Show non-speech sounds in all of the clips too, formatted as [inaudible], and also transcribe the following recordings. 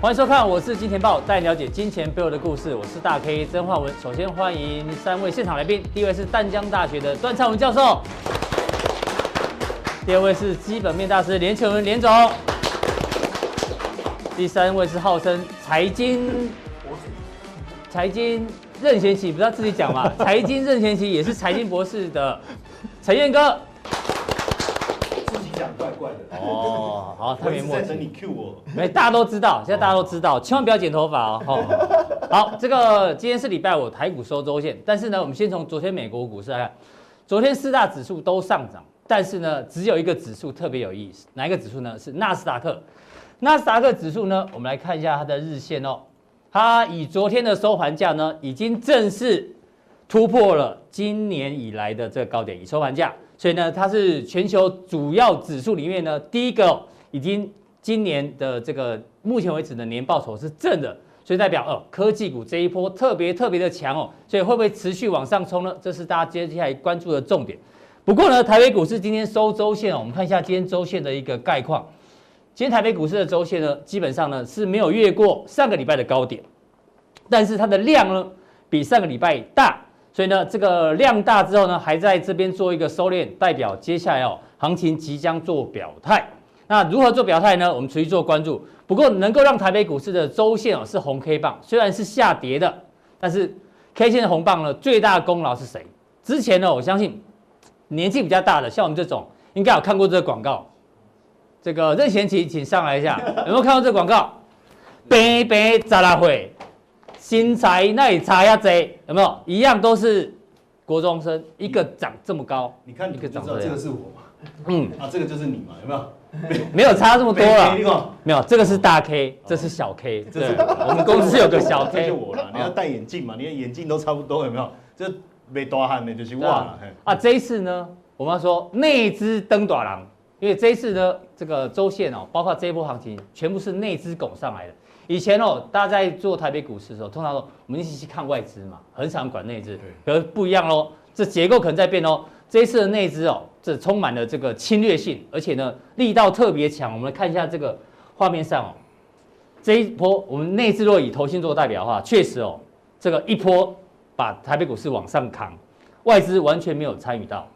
欢迎收看，我是金钱豹，带你了解金钱背后的故事。我是大 K 曾焕文。首先欢迎三位现场来宾，第一位是淡江大学的段昌文教授，第二位是基本面大师连前文连总，第三位是号称财经财经任贤齐，不是他自己讲 [laughs] 嘛？财经任贤齐也是财经博士的陈彦哥。自己讲怪怪的。哦，好，太我一没直默在契等。你 Q 我。没，大家都知道，现在大家都知道，千万不要剪头发哦。哦好，这个今天是礼拜五，台股收周线，但是呢，我们先从昨天美国股市来看，昨天四大指数都上涨，但是呢，只有一个指数特别有意思，哪一个指数呢？是纳斯达克。纳斯达克指数呢，我们来看一下它的日线哦，它以昨天的收盘价呢，已经正式突破了今年以来的这个高点，以收盘价，所以呢，它是全球主要指数里面呢第一个哦、已经今年的这个目前为止的年报酬是正的，所以代表哦科技股这一波特别特别的强哦，所以会不会持续往上冲呢？这是大家接下来关注的重点。不过呢，台北股市今天收周线哦，我们看一下今天周线的一个概况。今天台北股市的周线呢，基本上呢是没有越过上个礼拜的高点，但是它的量呢比上个礼拜大，所以呢这个量大之后呢，还在这边做一个收敛，代表接下来哦行情即将做表态。那如何做表态呢？我们持续做关注。不过能够让台北股市的周线哦是红 K 棒，虽然是下跌的，但是 K 线的红棒呢，最大的功劳是谁？之前呢，我相信年纪比较大的，像我们这种，应该有看过这个广告。这个任贤齐，请上来一下，有没有看到这个广告？白白杂啦会，新财那里差呀贼，有没有？一样都是国中生，一个长这么高，你看一你个就长知啊道这这样个，是我嘛？嗯，啊，这个就是你嘛？有没有？没有差这么多了没没。有没有，这个是大 K，这是小 K，这是对，我们公司有个小哦这 K，就我了。你要戴眼镜嘛？你的眼镜都差不多，有没有？这没大汉的就是我对啊了。嘿啊，这一次呢，我们要说内资登短狼，因为这一次呢，这个周线哦，包括这一波行情，全部是内资拱上来的。以前哦，大家在做台北股市的时候，通常说我们一起去看外资嘛，很少管内资可对，是不一样喽，这结构可能在变哦。这一次的内资哦，这充满了这个侵略性，而且呢，力道特别强。我们来看一下这个画面上哦，这一波我们内资若以投信做代表的话，确实哦，这个一波把台北股市往上扛，外资完全没有参与到，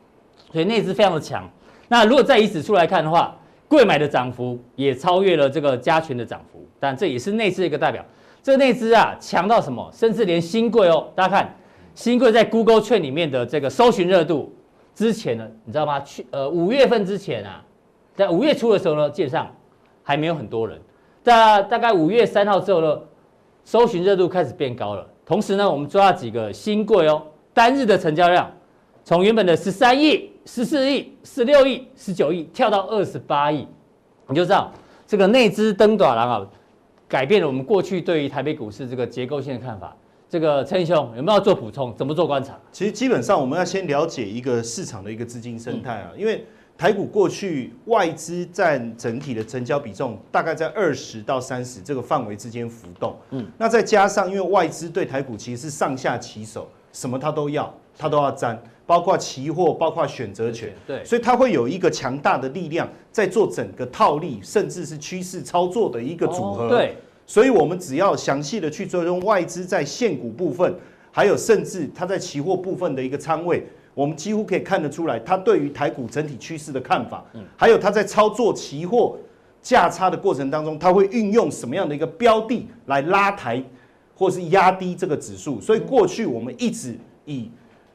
所以内资非常的强。那如果再以指数来看的话，贵买的涨幅也超越了这个加权的涨幅，但这也是内资的一个代表。这个内资啊强到什么？甚至连新贵哦，大家看新贵在 Google 券里面的这个搜寻热度，之前呢，你知道吗？去呃五月份之前啊，在五月初的时候呢，基本上还没有很多人。大大概五月三号之后呢，搜寻热度开始变高了。同时呢，我们抓了几个新贵哦，单日的成交量从原本的十三亿、十四亿、十六亿、十九亿跳到二十八亿，你就知道这个内资登短郎啊，改变了我们过去对于台北股市这个结构性的看法。这个陈义兄有没有要做补充？怎么做观察？其实基本上我们要先了解一个市场的一个资金生态啊，因为台股过去外资占整体的成交比重大概在二十到三十这个范围之间浮动。嗯嗯，那再加上因为外资对台股其实是上下其手，什么它都要，它都要沾，包括期货，包括选择权。对，所以它会有一个强大的力量在做整个套利，甚至是趋势操作的一个组合。哦对，所以我们只要详细的去追踪外资在现股部分，还有甚至它在期货部分的一个仓位，我们几乎可以看得出来，它对于台股整体趋势的看法，嗯还有它在操作期货价差的过程当中，它会运用什么样的一个标的来拉抬或是压低这个指数。所以过去我们一直以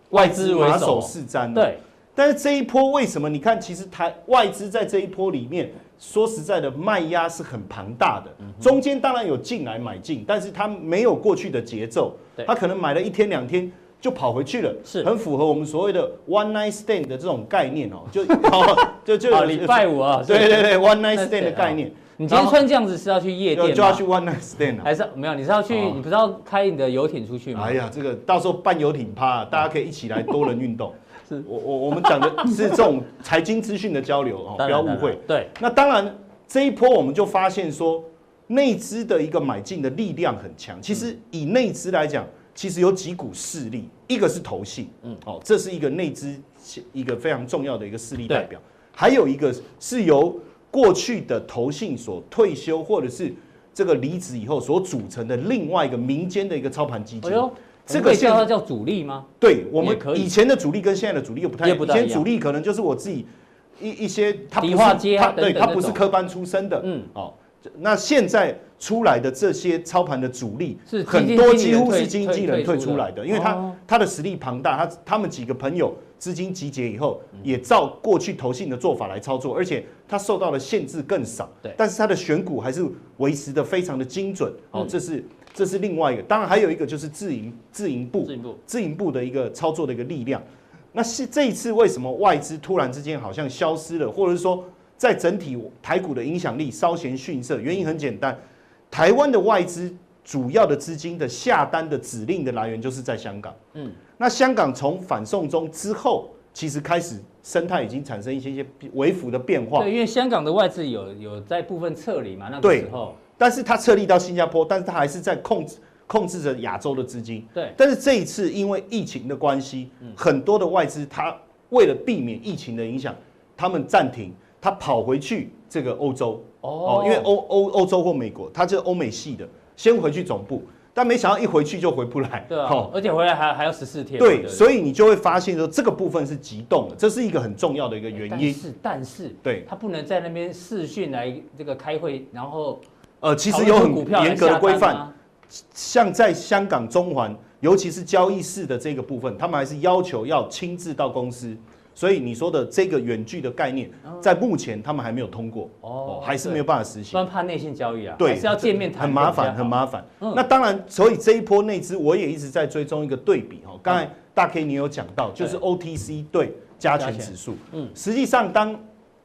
外资为马首首，是瞻哦，对，但是这一波为什么？你看，其实台外资在这一波里面，说实在的，卖压是很庞大的。嗯中间当然有进来买进，但是它没有过去的节奏对，它可能买了一天两天就跑回去了，是很符合我们所谓的 one night stand 的这种概 [laughs] 念哦，就哦就就啊，礼拜五啊，对对对 one night Night stand stand，哦的概念，你今天穿这样子是要去夜就店就要吗去？one night stand 啊。还是没有？你是要去？哦你不是要开你的游艇出去吗？哎呀，这个到时候办游 [laughs] 艇趴，大家可以一起来多人运动。是我我我们讲的是这种财经资讯的交流哦，当然，不当要误然会。。对，那当然，这一波我们就发现说，内资的一个买进的力量很强。嗯其实以内资来讲，其实有几股势力，一个是投信，嗯，哦，这是一个内资一个非常重要的一个势力代表，还有一个是由过去的投信所退休或者是这个离职以后所组成的另外一个民间的一个操盘基金哎。呦，这这个个叫现它叫主力吗？对我们也可以以前的主力跟现在的主力又不太也不大以前一样主力可能就是我自己一一些他不迪是化街啊他等对等他不那是种科班出身的，嗯，哦，那现在出来的这些操盘的主力是很基金多经理几人乎退是经纪退人退退出出的来的，因为他哦他的实力庞大，他他们几个朋友资金集结以后，嗯也照过去投信的做法来操作，而且他受到的限制更少，对但是他的选股还是维持的非常的精准，哦嗯，这是这是另外一个，当然还有一个就是自营自营部，进一步自营部的一个操作的一个力量。那是这一次为什么外资突然之间好像消失了，或者是说在整体台股的影响力稍显逊色？原因很简单，台湾的外资主要的资金的下单的指令的来源就是在香港。嗯，那香港从反送中之后，其实开始生态已经产生一些些微幅的变化对，，因为香港的外资有有在部分撤离嘛，那个对时候，但是它撤离到新加坡，但是它还是在控制控制着亚洲的资金。对，嗯但是这一次因为疫情的关系，很多的外资它为了避免疫情的影响，他们暂停，它跑回去这个欧洲哦，因为欧欧欧洲或美国，它就是欧美系的，先回去总部，但没想到一回去就回不来，对啊啊哦，而且回来还还要十四天嘛，对，以所以你就会发现说这个部分是急冻的，这是一个很重要的一个原因。是但是对，他不能在那边视讯来这个开会，然后呃，其讨实论有出很股票来严格下的规单范，啊，像在香港中环，尤其是交易室的这个部分，他们还是要求要亲自到公司。所以你说的这个远距的概念，在目前他们还没有通过，哦哦，还是没有办法实不行，然怕内线交易啊，对还是要见面谈，很麻烦，很。麻烦。嗯那当然，所以这一波内资我也一直在追踪一个对比哈，刚才大 K 你有讲嗯到，对就是 OTC 对加加权权指数，嗯嗯，实际上当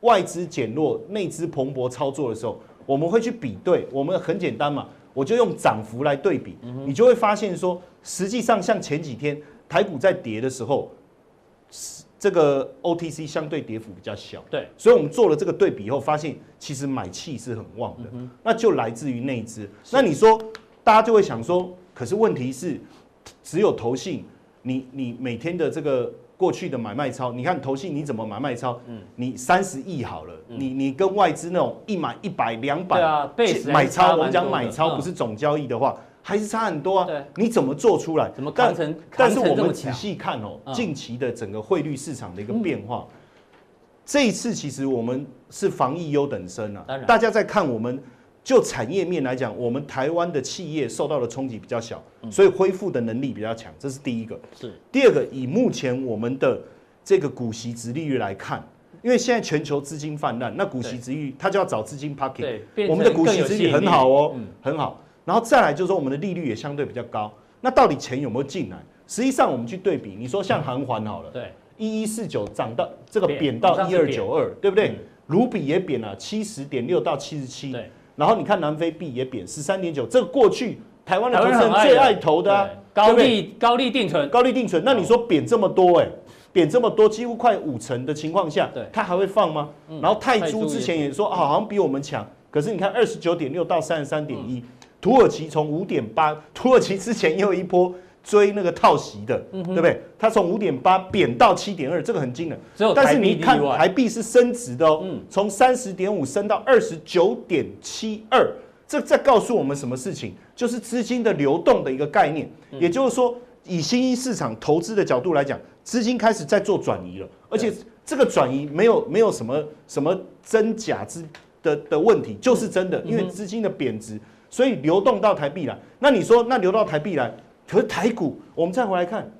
外资减弱、内资蓬勃操作的时候，我们会去比对，我们很简单嘛，我就用涨幅来对比，嗯你就会发现说，实际上像前几天台股在跌的时候，是这个 OTC 相对跌幅比较小。对，所以我们做了这个对比以后，发现其实买气是很旺的，嗯那就来自于内资。那你说，大家就会想说，可是问题是，只有投信，你你每天的这个过去的买卖超，你看投信你怎么买卖超？嗯你三十亿好了，你你跟外资那种一买一百、两对百啊，贝斯买超，我们讲买超超不是总交易的话，还是差很多啊嗯对。你怎么做出来？怎么但扛成，但扛是成我这么们仔强？细看哦嗯，近期的整个汇率市场的一个变化，这一次其实我们是防疫优等生啊当然，大家在看我们。就产业面来讲，我们台湾的企业受到的冲击比较小，嗯所以恢复的能力比较强，这是第一个。是第二个，以目前我们的这个股息值利率来看，因为现在全球资金泛滥，那股息值率它就要找资金 pocket，对，变我们的成股更息有殖吸率引很力好哦，嗯很好。然后再来就是说，我们的利率也相对比较高。那到底钱有没有进来？实际上我们去对比，你说像韩环好了，对，一一四九涨到这个贬贬往到上一是二贬九二，对不对嗯？卢比也贬了七十点六到七十七，对，然后你看南非币也贬十三点九，这个过去台湾的台投湾资人很爱人最爱投的啊对，高对不对利高利定存，高利定存，那你说贬这么多、哎，贬这么多，几乎快五成的情况下对，嗯它还会放吗？然后泰泰铢铢也之前也说啊，好像比我们强，可是你看二十九点六到三十三点嗯一，土耳其从五点八，土耳其之前也有一波追那个套息的，嗯对不对？它从五点八贬到七点二，这个很惊人。只有但台是币你例看外。台币是升值的哦嗯，从三十点五升到二十九点七二，这在告诉我们什么事情？就是资金的流动的一个概念，嗯也就是说，以新兴市场投资的角度来讲，资金开始在做转移了，而且这个转移没有没有什么什么真假之的的问嗯题，就是真的，因为资金的贬值，所以流动到台币来。那你说，那流到台币来，可是台股，我们再回来看，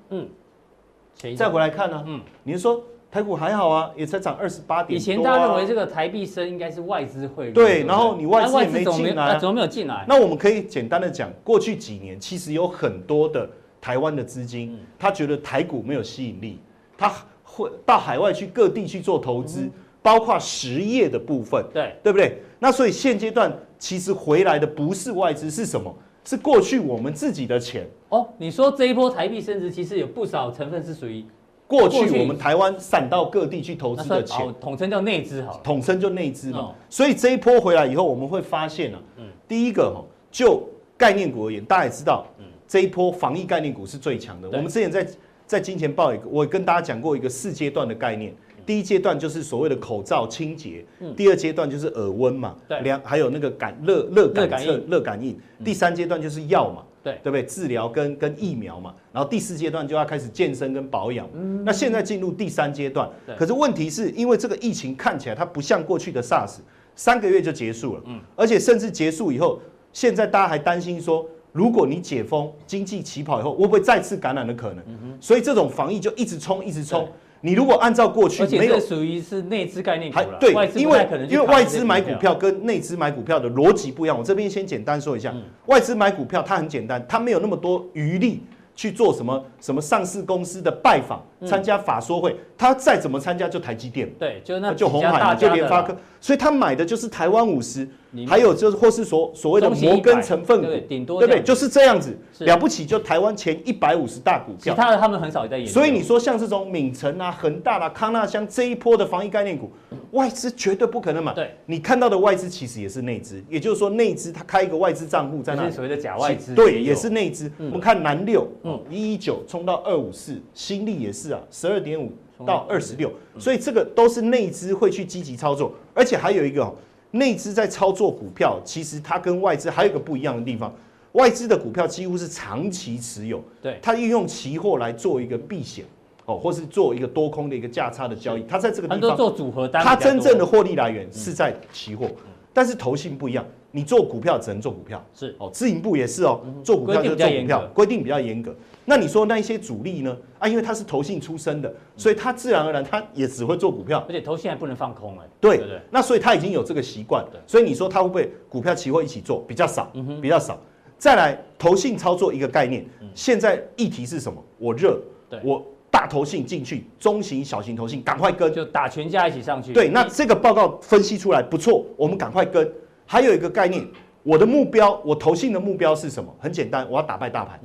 前一阵再回来看呢、嗯嗯，你是说台股还好啊，也才涨二十八点、啊以前大家认为这个台币升应该是外资汇率，对不然后你外资那外也没怎么进来啊啊怎么没有进来？那我们可以简单的讲，过去几年其实有很多的台湾的资嗯金，他觉得台股没有吸引力，他会到海外去各地去做投嗯资，包括实业的部分，对，对不对？那所以现阶段其实回来的不是外资是什么？是过去我们自己的钱。哦，你说这一波台币升值，其实有不少成分是属于过过去去我们台湾散到各地去投那资算的钱哦，统称叫内资好了。统称就内资嘛哦。所以这一波回来以后，我们会发现啊，嗯第一个哈，就概念股而言，大家也知道，这一波防疫概念股是最强的。嗯对嗯我们之前在在金钱豹也我也跟大家讲过一个四阶段的概念，第一阶段就是所谓的口罩清洁，第二阶段就是耳温嘛，对两还有那个感热热热感感测应嗯热感应，第三阶段就是药嘛，对对不对？治疗跟跟疫苗嘛，然后第四阶段就要开始健身跟保养。那现在进入第三阶段嗯对，可是问题是因为这个疫情看起来它不像过去的 SARS 三个月就结束了，嗯而且甚至结束以后，现在大家还担心说。如果你解封，经济起跑以后，会不会再次感染的可能？所以这种防疫就一直冲，一直冲嗯对。你如果按照过去而且没有这属于是内资概念股还了，对外，资因不太为可能去因为扛外这些资买股票跟内资买股票的逻辑不一样。我这边先简单说一嗯下，外资买股票它很简单，它没有那么多余力去做什么什么上市公司的拜访、嗯参加法说会，它再怎么参加就台积电。对，就那就几红家海大嘛，就家的联发啦科，所以他买的就是台湾五十里，面还有就是或是所所谓的中型摩根100成分股，对顶多对不这对？样就是这样子，是了不起就台湾前一百五十大股其票，他的他们很少在研究，所以你说像这种闽城啊、恒大啦、康纳香这一波的防疫概念股，外资绝对不可能买。对，你看到的外资其实也是内资，也就是说内资它开一个外资账户在那这里是，所谓的假外资，对，也有嗯是内资。我们看南六，哦一一九冲到二五四，新力也是啊，十二点五到二十六，所以这个都是内资会去积极操作，而且还有一个哦，内资在操作股票，其实它跟外资还有一个不一样的地方，外资的股票几乎是长期持有，对它运用期货来做一个避险。哦，或是做一个多空的一个价差的交易，它在这个地很多方做组合单比较它多，真正的获利来源是在期货，但是投信不一样，你做股票只能做股票，是哦，自营部也是哦，做股票就做股票，规定比较严格。那你说那一些主力呢？啊，因为他是投信出身的，所以他自然而然他也只会做股票，而且头信还不能放空哎、对对不对，那所以他已经有这个习惯对，嗯所以你说他会不会股票期货一起做？比较少，比较少。再来，投信操作一个概念，现在议题是什么？我热嗯对，我大投信进去，中型、小型投信赶快跟，就打全家一起上去。对，那这个报告分析出来不错，我们赶快跟。还有一个概念，我的目标，我投信的目标是什么？很简单，我要打败大盘。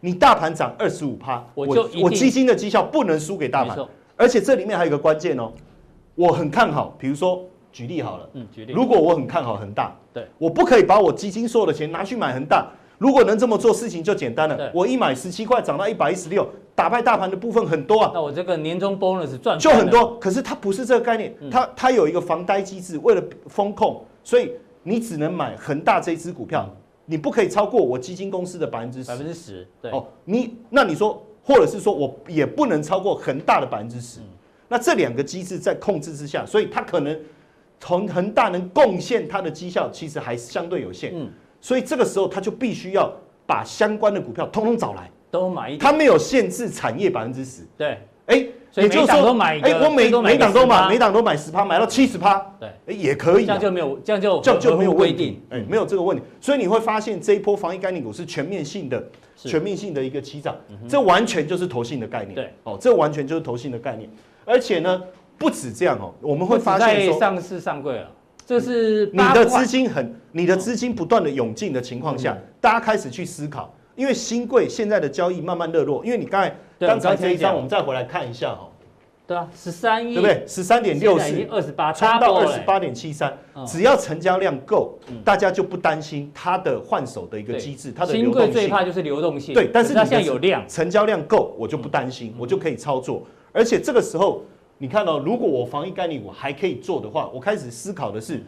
你大盘涨二十五趴，嗯我我就一定我基金的绩效不能输给大没盘错，而且这里面还有一个关键哦，我很看好，比如说举例好了，嗯，决定。如果我很看好恒大，对，我不可以把我基金所有的钱拿去买恒大。如果能这么做，事情就简单对了。我一买十七块，涨到一百一十六，打败大盘的部分很多啊。那我这个年终 bonus 赚翻了就很，多，可是它不是这个概念，嗯它它有一个防呆机制，为了风控，所以你只能买恒大这一只股票，你不可以超过我基金公司的百分之嗯十百。分之十，对，哦，你那你说，或者是说我也不能超过恒大的百分之十。嗯那这两个机制在控制之下，所以它可能从恒大能贡献它的绩效，其实还相对有限。嗯所以这个时候它就必须要把相关的股票通通找来，都买一点，它没有限制产业百分之十。对，哎、所以也每就是档说，都买一个哎、我最每多买一每个档都10%买，每档都买十趴，买到七十趴，对哎、也可这以、啊样，就没有，这样就就就合没有乎规问题定，，哎、没有这个问题，所以你会发现这一波防疫概念股是全面性的，是嗯全面性的一个起涨，这完全就是投信的概念，对，哦，这完全就是投信的概念，而且呢，不止这样哦，我们会不止发现在说，上市上柜了，这是你八的块嗯资金很，你的资金不断的涌进的情况下，大家开始去思考，因为新贵现在的交易慢慢热络，因为你刚才对刚我才刚才这一讲张，我们再回来看一下哈、哦，对啊，十三亿，对不？对？十三点六现在四已。经二十八，冲到二十 double 嘞，八点七三嗯，只要成交量够，大家就不担心它的换手的一个机制，它的新流贵动最性。怕就是流动性，对，但是它你现在的有量，成交量够，我就不担心，嗯我就可以操作。而且这个时候，你看哦，如果我防疫概念我还可以做的话，我开始思考的是，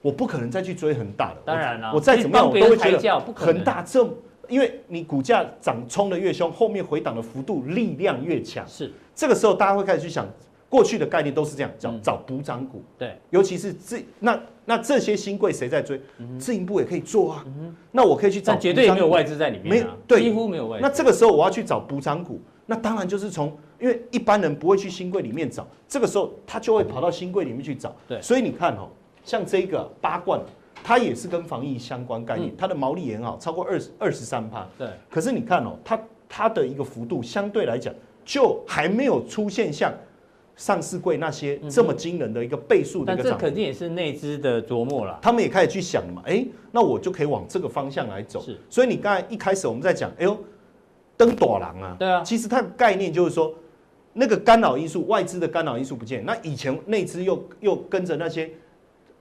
我不可能再去追恒大了。当然啦啊我我再怎么样，去帮我别都人会抬觉轿不得可能恒大这，因为你股价涨冲的越凶，后面回档的幅度力量越强。是这个时候，大家会开始去想，过去的概念都是这样，找嗯找补涨股。对，尤其是自那那这些新贵谁在追？嗯自营部也可以做啊。那我可以去找但绝对也没有外。外资在里没面有啊，对几乎没有外资。那这个时候我要去找补涨股，那当然就是从因为一般人不会去新贵里面找，这个时候他就会跑到新贵里面去找。对所以你看哦，像这个八冠，它也是跟防疫相关概念，嗯它的毛利也很好，超过二十二十三趴。对，可是你看哦，它它的一个幅度相对来讲，就还没有出现像上市柜那些这么惊人的一个倍数的嗯但一个这涨幅。肯定也是内资的琢磨啦。他们也开始去想了嘛，诶，那我就可以往这个方向来走。是，所以你刚才一开始我们在讲，哎呦，灯短廊啊，对啊其实它的概念就是说，那个干扰因素，外资的干扰因素不见，那以前内资又又跟着那些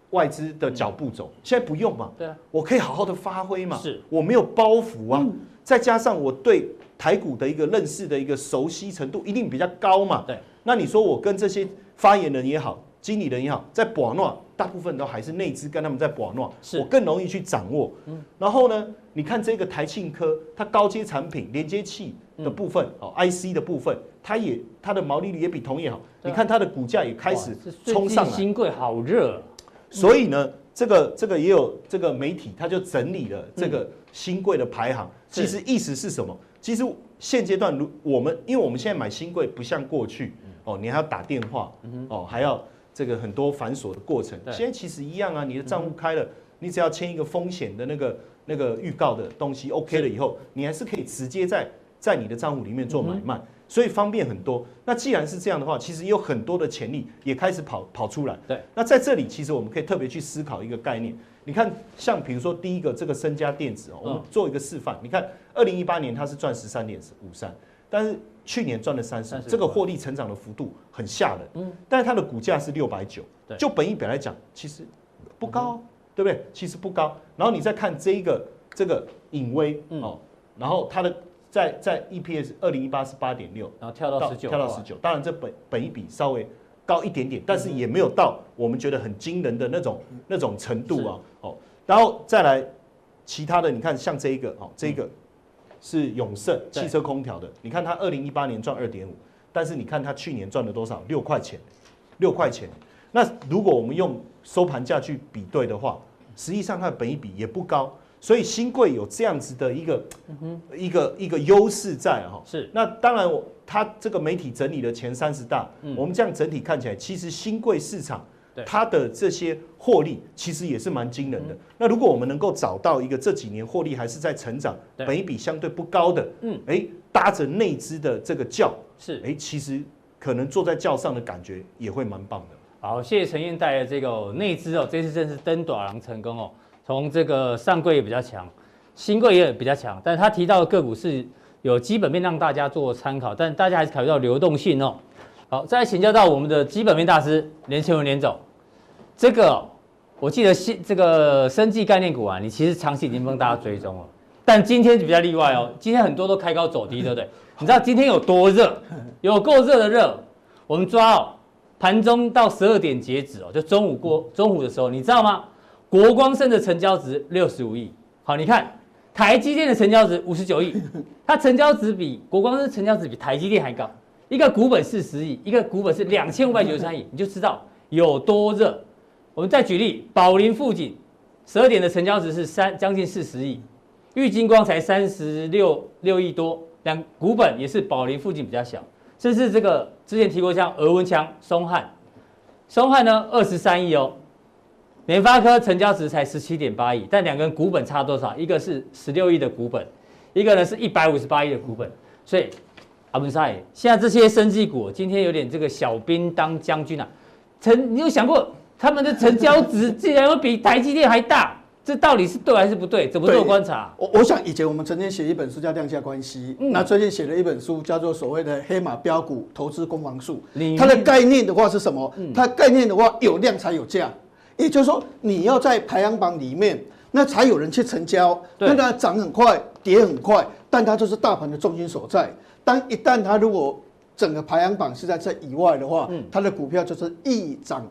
外资的脚步走，现在不用嘛，对啊，我可以好好的发挥嘛，嗯是嗯我没有包袱啊，再加上我对台股的一个认识的一个熟悉程度一定比较高嘛，对，那你说我跟这些发言人也好，经理人也好，在保诺大部分都还是内资跟他们在保诺，是嗯我更容易去掌握。然后呢，你看这个台庆科，它高阶产品连接器的部分，嗯哦，IC 的部分，它也它的毛利率也比同业好，对啊你看它的股价也开始哇这最冲近上来。新贵好热，所以呢，这个这个也有这个媒体，他就整理了这个新贵的排行。嗯是其实意思是什么？其实现阶段，如我们因为我们现在买新贵不像过去嗯哦，你还要打电话哦，还要这个很多繁琐的过程。对嗯现在其实一样啊，你的账户开了，你只要签一个风险的那个那个预告的东西 OK 了以后，你还是可以直接在在你的账户里面做嗯买卖。所以方便很多。那既然是这样的话，其实有很多的潜力也开始跑跑出来。对，那在这里其实我们可以特别去思考一个概念。你看，像比如说第一个这个身家电子哦，我们嗯做一个示范。你看，二零一八年它是赚十三点五三，但是去年赚了三十35，这个获利成长的幅度很吓人。嗯嗯，但是它的股价是六百九对，就本益比来讲，其实不高啊、对不对？其实不高。然后你再看这一个这个影威嗯哦，然后它的在在 EPS 二零一八是八点六。然后跳到十九，啊跳到哇十九。当然这本本一比稍微高一点点，但是也没有到我们觉得很惊人的那种嗯那种程度啊。哦，然后再来其他的，你看像这一个哦，这一个是永盛嗯对汽车空调的，你看它二零一八年赚二点五，但是你看它去年赚了多少？六块钱，六块钱。那如果我们用收盘价去比对的话，实际上它的本益比也不高，所以新贵有这样子的一个、嗯一个一个优势在啊哦哈、是那当然我，它这个媒体整理的前三十大，我们这样整体看起来，其实新贵市场嗯对嗯它的这些获利其实也是蛮惊人的。那如果我们能够找到一个这几年获利还是在成长，对本益比相对不高的，嗯嗯，哎、搭着内资的这个轿，是哎、其实可能坐在轿上的感觉也会蛮棒的。好，谢谢陈燕带的这个内资哦，这次真是登短廊成功哦。从这个上柜也比较强，新柜也比较强，但他提到的个股是有基本面让大家做参考，但大家还是考虑到流动性哦。好，再来请教到我们的基本面大师连前文连总，这个哦、我记得新这个生技概念股啊，你其实长期已经帮大家追踪了，但今天比较例外哦，今天很多都开高走低，对不对？你知道今天有多热，有够热的热，我们抓哦，盘中到十二点截止哦，就中午过中午的时候，你知道吗？国光生的成交值六十五亿，好，你看台积电的成交值五十九亿，它成交值比国光生成交值比台积电还高，一个股本四十亿，一个股本是两千五百九十三亿，你就知道有多热。我们再举例，宝林富锦十二点的成交值是三将近四十亿，玉金光才三十六六亿多，两股本也是宝林附近比较小，甚至这个之前提过像俄文强、松汉，松汉呢二十三亿哦，联发科成交值才十七点八亿，但两个人股本差多少？一个是十六亿的股本，一个呢是一百五十八亿的股本，所以阿文赛现在这些生技股今天有点这个小兵当将军啊，成你有想过他们的成交值竟然会比台积电还大？这到底是对还是不对？怎么做对观察、我我想以前我们曾经写一本书叫《量价关系》，嗯那最近写了一本书叫做所谓的黑马标股投资攻防术里面。它的概念的话是什么？嗯它概念的话有量才有价，也就是说你要在排行榜里面，那才有人去成交。对那它涨很快，跌很快，但它就是大盘的重心所在。当一旦它如果整个排行榜是在这以外的话，嗯它的股票就是一涨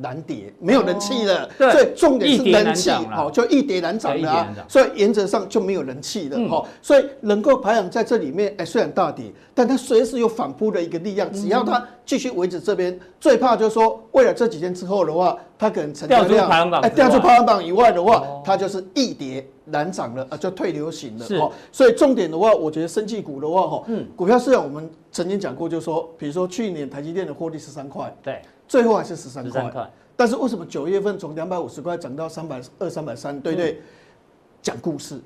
难跌，没有人气了。哦对所以重点是一跌难人气，涨啦哦好，就一跌难涨哎对一的跌难啊涨。所以原则上就没有人气了哈、嗯齁所以能够排行在这里面，哎、虽然大跌，但它随时有反扑的一个力嗯量，只要它继续维持这边，最怕就是说，为了这几天之后的话，它可能成交掉出量排行榜哎之掉出外排行榜以外的话哦，它就是一跌难涨了，啊，就退流行了是齁所以重点的话，我觉得生技股的话，哈，嗯股票市场我们曾经讲过，就是说，比如说去年台积电的获利十三块，对，最后还是十三十块三。块，但是为什么九月份从两百五十块涨到三百二、三百三？对不嗯对？讲故事，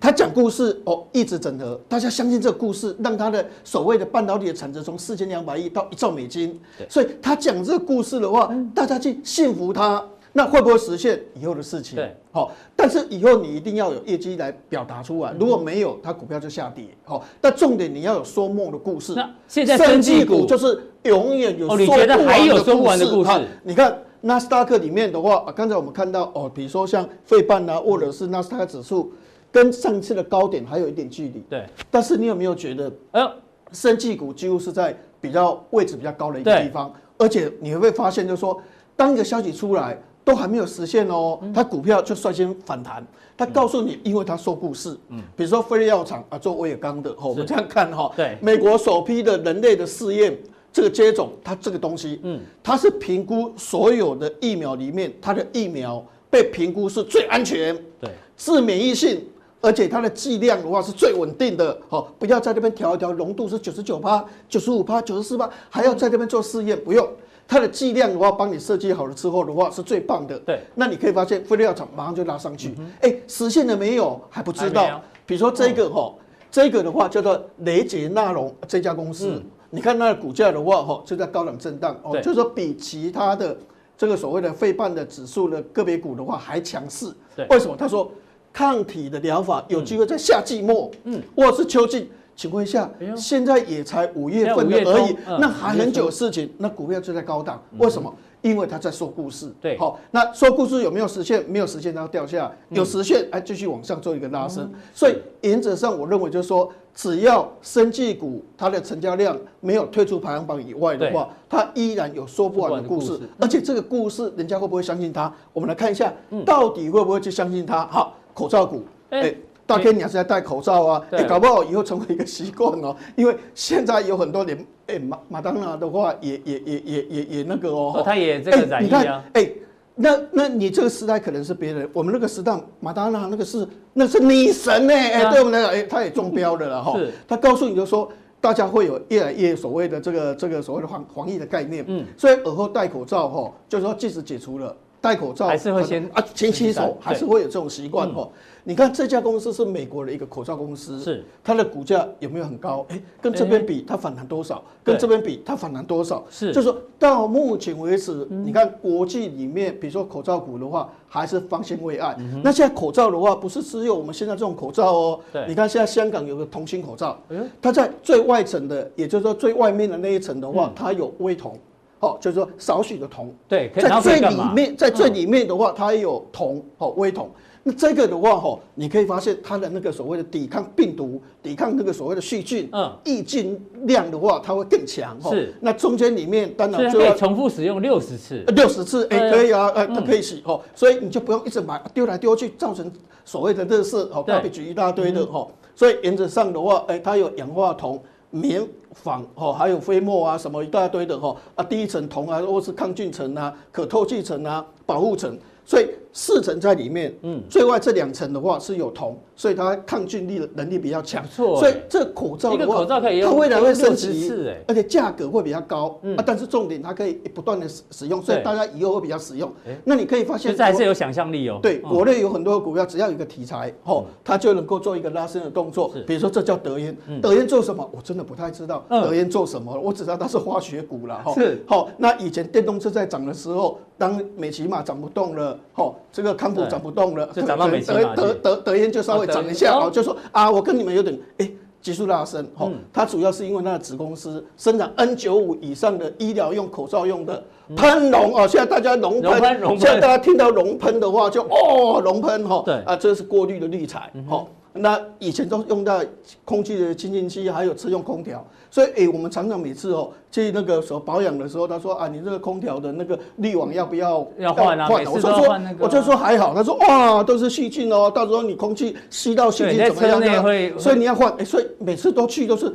他讲故事哦，一直整合，大家相信这个故事，让他的所谓的半导体的产值从四千两百亿到一兆美金对，嗯所以他讲这个故事的话，大家去信服他，那会不会实现以后的事情？对，好、但是以后你一定要有业绩来表达出嗯来，如果没有，它股票就下跌。好、但重点你要有说梦的故事。那现在生技技股就是永远有哦说你不觉完得的还有说不完的故事哈你看纳斯达克里面的话，啊刚才我们看到哦，比如说像费半啊，或者是纳斯达克指数，跟上次的高点还有一点距离。对，但是你有没有觉得哎呦，生技股几乎是在比较位置比较高的一个对地方，而且你会发现，就是说，当一个消息出来都还没有实现哦，它股票就率先反弹。它告诉你，因为它说故事，嗯，比如说飞利药厂啊，做威尔刚的，哦，我们这样看哈、对美国首批的人类的试验。这个接种，它这个东西，嗯，它是评估所有的疫苗里面，它的疫苗被评估是最安全，对，致免疫性，而且它的剂量的话是最稳定的。好、不要在那边调一调，浓度是九十九帕、九十五帕、九十四帕，还要在那边做试验，不用。它的剂量的话，帮你设计好了之后的话，是最棒的。对，嗯那你可以发现，废料厂马上就拉上去。哎、实现了没有？还不知还没有啊嗯道。比如说这个哈、这个的话叫做雷杰纳隆这家公司，你看它的股价的话哈、就在高档震荡哦，嗯对就是说比其他的这个所谓的费半的指数的个别股的话还强势。对为什么？他说抗体的疗法有机会在夏季末，嗯，或者是秋季。请问一下哎呦，现在也才五月份的现在五而月已中嗯，那还很久的事情，那股票就在高档，为什么？因为他在说故事，对嗯好，那说故事有没有实现？没有实现，它要掉下来；有实现，哎，继续往上做一个拉升。所以原则上，我认为就是说，只要生技股它的成交量没有退出排行榜以外的话，它依然有说不完的故说不完的事故嗯事。而且这个故事，人家会不会相信他？我们来看一下，到底会不会去相信他？好，口罩股，哎嗯哎，大天你还是要戴口罩啊，对哎，搞不好以后成为一个习惯哦。因为现在有很多人，哎，马马当娜的话也也也也也也那个哦哦，，他也这个哎染你疫看，啊，哎、那那你这个时代可能是别人，我们那个时代马当娜那个是那是女神呢、哎、对啊对我们来讲，哎、她也中标的了哈是。她告诉你就说。大家会有越来越所谓的这个这个所谓的防防疫的概念，嗯所以耳后戴口罩哈，就是说即使解除了戴口罩，还是会先啊勤自己洗手，戴嗯还是会有这种习惯哈。你看这家公司是美国的一个口罩公司，是它的股价有没有很高？哎、跟这边比它反弹多少？对跟这边比它反弹多少？是嗯就是说到目前为止，你看国际里面，比如说口罩股的话，还是方兴未艾。嗯那现在口罩的话，不是只有我们现在这种口罩哦对。你看现在香港有个同心口罩哎呦，它在最外层的，也就是说最外面的那一层的话嗯，它有微铜，哦，就是说少许的铜。对，可以然在后可最以干里嘛？嗯面，在最里面的话，它有铜哦，微铜。那这个的话，哈，你可以发现它的那个所谓的抵抗病毒、抵抗那个所谓的细菌、嗯抑菌量的话，它会更强哈。是那中间里面当所以然它就可要以重复使用六十次，六十次，哎、对啊可以啊，呃，它可以洗哦，所以你就不用一直买丢来丢去，造成所谓的热圾哦，对嗯大比举一大堆的哦，所以原则上的话，哎、它有氧化铜、棉纺哦，还有飞沫啊什么一大堆的哦，啊，第一层铜啊，或是抗菌层啊、可透气层啊、保护层，所以四层在里面，嗯，最外这两层的话是有铜，所以它抗菌力的能力比较强不，错所以哎这口罩一的个话，口罩可以用它未来会升级60次哎而且价格会比较高、啊，但是重点它可以不断的使使用，所嗯以对大家以后会比较使用哎。那你可以发就现是还是国，有想象力哦。对嗯国内有很多股票，只要有一个题材，哦，它就能够做一个拉升的动作是。比如说这叫德烟，德烟做什么？我真的不太知道嗯德烟做什么，我只知道它是化学股了哈。是好，那以前电动车在涨的时候，当美骑马涨不动了，哦，这个康普对涨不动了，就涨到美骑德马去德德德烟就稍微涨一下哦德烟嗯哦，就说啊，我跟你们有点哎。急速拉升，哦，它主要是因为它的子公司生产 N 9 5以上的医疗用口罩用的喷笼哦，现在大家熔熔嗯喷喷，熔喷现在大家听到熔喷的话就哦熔喷哈，哦对嗯啊，这是过滤的滤材，哦，那以前都用到空气的清净机，还有自用空调，所以诶、我们常常每次哦去那个所保养的时候，他说啊，你这个空调的那个滤网要不要要换啊每我次都就要说换那个啊我就说还好，他说哇都是细菌哦，到时候你空气吸到细对菌在怎么样车内呢？会所以你要换，诶所以每次都去都是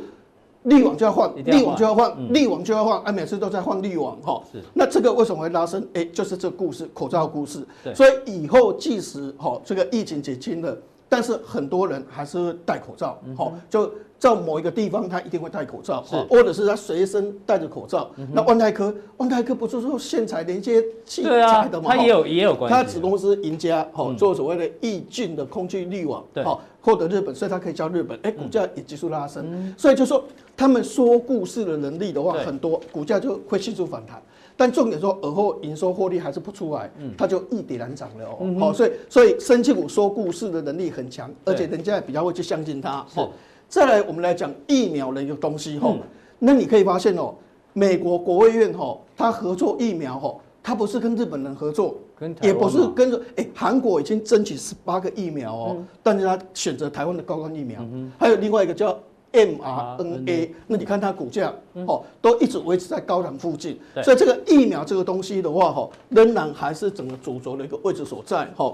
滤网就要换一，定要滤换网嗯就要换，滤网就要换，啊，每次都在换滤网哈是。那这个为什么会拉升？诶，就是这个故事，口罩故事对。所以以后即使哈这个疫情解清了，但是很多人还是会戴口罩，哈，就。到某一个地方，他一定会戴口罩，嗯是嗯哦或者是他随身带着口罩。那万泰科，万泰科不是说线材连接器对啊材的，吗？哦它哈也有也有关系。嗯它子公司赢家哦，做所谓的抑菌的空气滤网对哦，获得日本，所以它可以叫日本，哎，股价也急速拉升，所以就说他们说故事的能力的话嗯对很多，股价就会迅速反弹。但重点说，而后营收获利还是不出来，嗯它就一跌难涨了哦。好、所以所以升气股说故事的能力很强，对而且人家也比较会去相信它。是嗯哦，再来我们来讲疫苗的一个东西哈、哦那你可以发现哦，美国国卫院哈、哦，它合作疫苗哈、哦，它不是跟日本人合作，跟台湾也不是嘛跟着，哎、韩国已经争取十八个疫苗哦，但是他选择台湾的高端疫苗，还有另外一个叫 mRNA，那你看它股价哦，都一直维持在高档附近对，所以这个疫苗这个东西的话，哈，仍然还是整个主轴的一个位置所在，哈。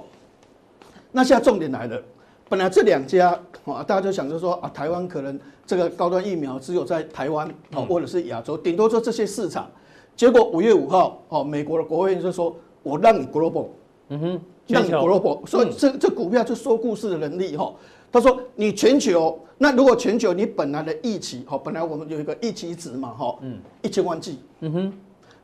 那现在重点来了，本来这两家啊，大家就想着说啊，台湾可能这个高端疫苗只有在台湾哦，或者是亚洲，顶多就这些市场。结果五月五号哦，美国的国会议员就说，我让你 global，嗯哼，让全你球 global，所以这这股票就说故事的能力哈。他说你全球，那如果全球你本来的疫情哈，本来我们有一个疫情值嘛哈，嗯，一千万剂，嗯哼，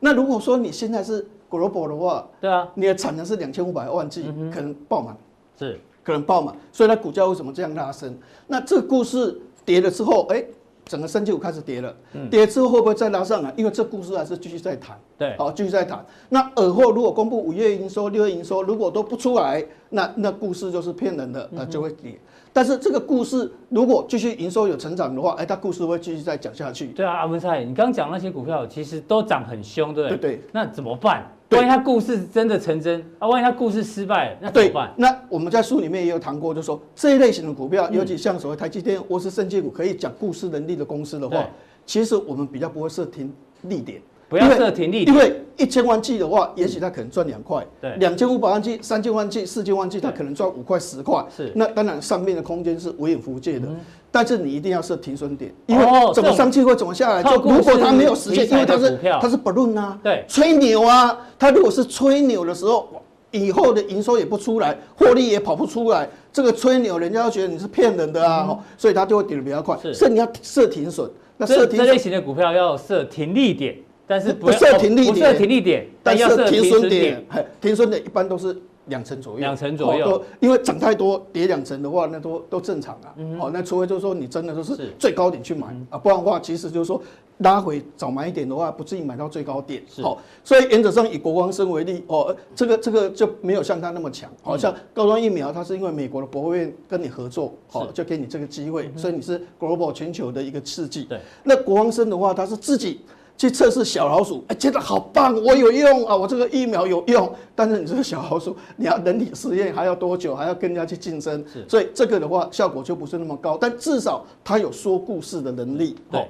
那如果说你现在是 global 的话，对啊，你的产能是两千五百万剂，可能爆满。是可能爆满，所以它股价为什么这样拉升？那这个故事跌了之后，哎、整个三九五开始跌了，跌了之后会不会再拉上来？因为这故事还是继续在谈，对好，继续在谈。那尔后如果公布五月营收、六月营收，如果都不出来，那那故事就是骗人的，那就会跌。但是这个故事如果继续营收有成长的话，哎、它故事会继续再讲下去。对啊，阿文赛，你刚讲那些股票其实都涨很凶，对不对？对对那怎么办？对万一它故事真的成真啊，万一它故事失败了，那怎么对办，？那我们在书里面也有谈过，就说这一类型的股嗯票，尤其像所谓台积电或是升技股，可以讲故事能力的公司的对话，其实我们比较不会设停利点，不要因为设停利点嗯因为一千万剂的话，也许它可能赚两块，对两千五百万剂、三千万剂、四千万剂，它对可能赚五块、十块，是嗯那当然上面的空间是无远无界的。但是你一定要设停损点，因哦为这怎么种上去会怎么下来。靠就故如果事它没有实现，题因材为它的是股票它是 balloon 啊，对吹牛啊，它如果是吹牛的时候，哇以后的营收也不出来，获利也跑不出来，这个吹牛人家要觉得你是骗人的啊，哦所以它就会跌得比较快是。所以你要设停损，那这设停这类损，型的股票要设停利点，但是不不要哦设停利不点设停利点，但要设停损损点，，嘿停损点一般都是两成左右，两成左右哦都因为涨太多，跌两成的话，那都都正常啊。哦，那除非就是说你真的就是嗯是嗯最高点去买啊，不然的话，其实就是说拉回早买一点的话，不至于买到最高点。是好、所以原则上以国光生为例，哦，呃这个这个就没有像它那么强。嗯好、像高端疫苗，它是因为美国的国务院跟你合作，好、是嗯就给你这个机会，所以你是 global 全球的一个刺激。对，那国光生的话，它是自己。去测试小老鼠，哎、觉得好棒，我有用啊，我这个疫苗有用。但是你这个小老鼠，你要人体实验还要多久，还要跟人家去竞争是，所以这个的话效果就不是那么高。但至少它有说故事的能力。对哦，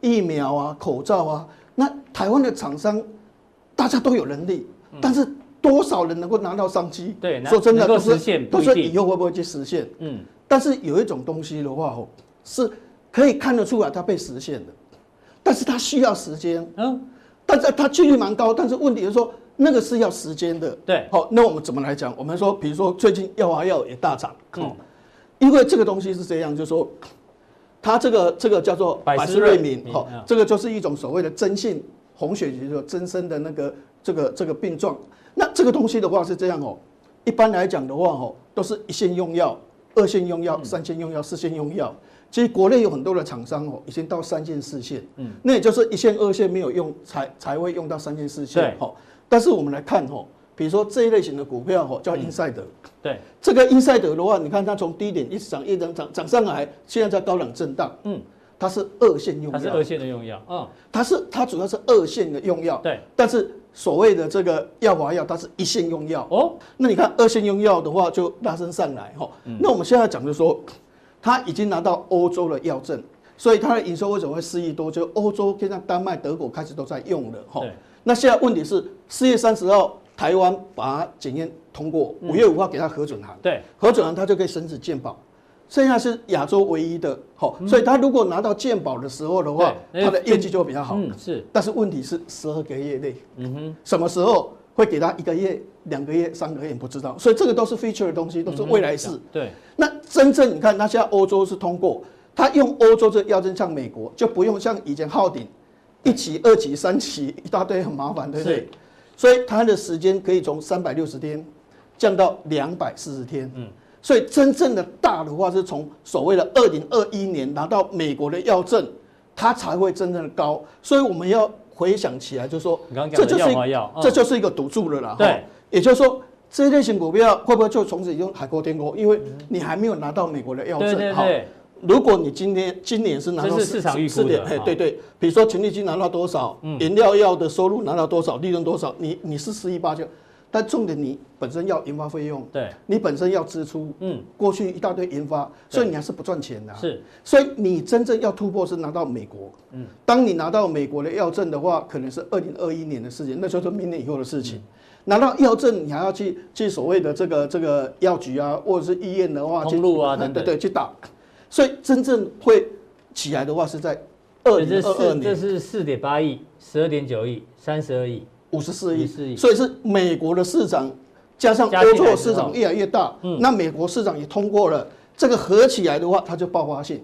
疫苗啊、口罩啊，那台湾的厂商大家都有能力，但是多少人能够拿到商机？嗯对那说真的，能够都是实现都不一是定以后会不会去实现？嗯，但是有一种东西的话，哦，是可以看得出来它被实现的，但是它需要时间，嗯，但是它几率蛮高，但是问题是说那个是要时间的。对，好，那我们怎么来讲？我们说，比如说最近药啊药也大涨，嗯哦，因为这个东西是这样，就是说。它这个这个叫做百百思思瑞瑞敏，敏好、嗯这个就是一种所谓的真性红血球的增生的那个这个这个病状。那这个东西的话是这样哦，一般来讲的话哦，都是一线用药、二线用嗯药、三线用药、四线用药。其实国内有很多的厂商哦，已经到三线、四线，嗯，那也就是一线、二线没有用，才才会用到三线、四线对，好、但是我们来看哦，比如说这一类型的股票哦，嗯叫英赛德，对，这个英赛德的话，你看它从低点一直涨，一直涨，涨涨上来，现在在高档震荡，嗯，它是二线用它是药，二线的用药，嗯，它是它主要是二线的用药，对，但是所谓的这个药华药，它是一线用药。哦，那你看二线用药的话，就拉升上来哈、嗯那我们现在讲就是说，它已经拿到欧洲的药证，所以它的营收为什么会四亿多？就欧洲跟像丹麦、德国开始都在用了哈、对那现在问题是四月三十号，台湾把它检验通过，嗯五月五号给它核准函。对，核准完它就可以申请健保。现在是亚洲唯一的，好、所以它如果拿到健保的时候的话，嗯对哎它的业绩就会比较好。嗯，是，但是问题是十二个月内，嗯哼，什么时候会给它一个月、两个月、三个月不知道，所以这个都是 future 的东西，都是未来式。嗯对，那真正你看，那现在欧洲是通过，它用欧洲这个药证像美国，就不用像以前耗鼎一期、二期、三期一大堆很麻烦，对不对是？所以它的时间可以从三百六十天降到两百四十天。嗯，所以真正的大的话是从所谓的二零二一年拿到美国的药证，它才会真正的高。所以我们要回想起来，就是说你刚刚这讲的就是药一华药，嗯这就是一个赌注了啦。对哈，也就是说这一类型股票会不会就从此用海阔天空？因为你还没有拿到美国的药嗯对证。对好，对，如果你今天今年是拿到这是四市场预估的哦嗯四点，哎，哈对对，比如说权利金拿到多少，原料药的收入拿到多少，利润多少，你你是十亿八千，但重点你本身要研发费用，对，你本身要支出，嗯，过去一大堆研发，所以你还是不赚钱的、啊。是，所以你真正要突破是拿到美国。嗯嗯，当你拿到美国的药证的话，可能是二零二一年的事情，那就是明年以后的事情。拿到药证，你还要去去所谓的这个这个药局啊，或者是医院的话，通路啊去等等对对，去打。所以真正会起来的话，是在二所以这零二二是这年是四点八亿、十二点九亿、三十二亿，五十四亿54亿，所以是美国的市场加上加起来欧洲的之市后嗯场越来越大，那美国市场也通过了，这个合起来的话，它就爆发性。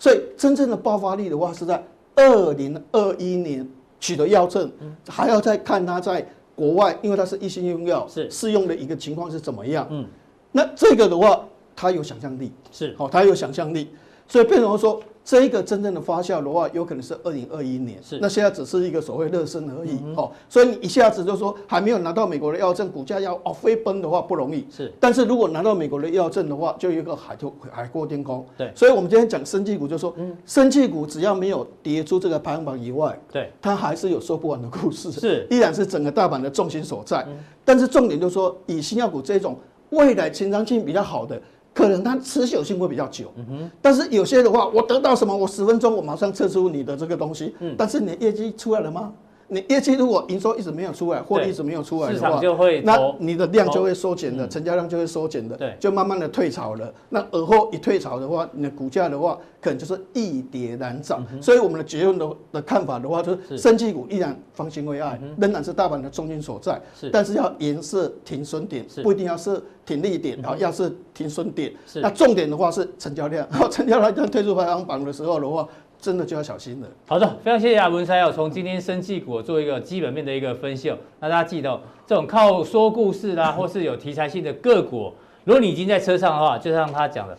所以真正的爆发力的话，是在二零二一年取得药证，嗯还要再看它在国外，因为它是一心用药，是适用的一个情况是怎么样。嗯嗯，那这个的话，它有想象力，是好、哦它有想象力，所以变成说。这一个真正的发酵的话，有可能是二零二一年，是嗯那现在只是一个所谓热身而已，哦，所以你一下子就说还没有拿到美国的药证，股价要哦飞奔的话不容易，是但是如果拿到美国的药证的话，就有一个海就海阔天空。对嗯所以我们今天讲生技股，就说，生技股只要没有跌出这个排行榜以外，对，它还是有说不完的故事，是嗯依然是整个大盘的重心所在。但是重点就是说，以新药股这种未来成长性比较好的，可能它持久性会比较久。嗯但是有些的话，我得到什么，我十分钟我马上测出你的这个东西，嗯但是你的业绩出来了吗？你业绩如果营收一直没有出来，获利一直没有出来市的话场，就会那投嗯你的量就会缩减的，成交量就会缩减的，对就慢慢的退潮了。那而后一退潮的话，你的股价的话，可能就是一跌难嗯涨。所以我们的结论的的看法的话，就是是生技股依然方兴未艾，仍然是大盘的重心所在嗯是，但是要沿是停损点是，嗯不一定要是停利点，啊，要是停损点。是那重点的话是成交量，成交量在推出排行榜的时候的话，真的就要小心了。好的，非常谢谢阿文山哦，从今天生技股做一个基本面的一个分析哦。那大家记得、哦，这种靠说故事啦、或是有题材性的个股哦，如果你已经在车上的话，就像他讲的，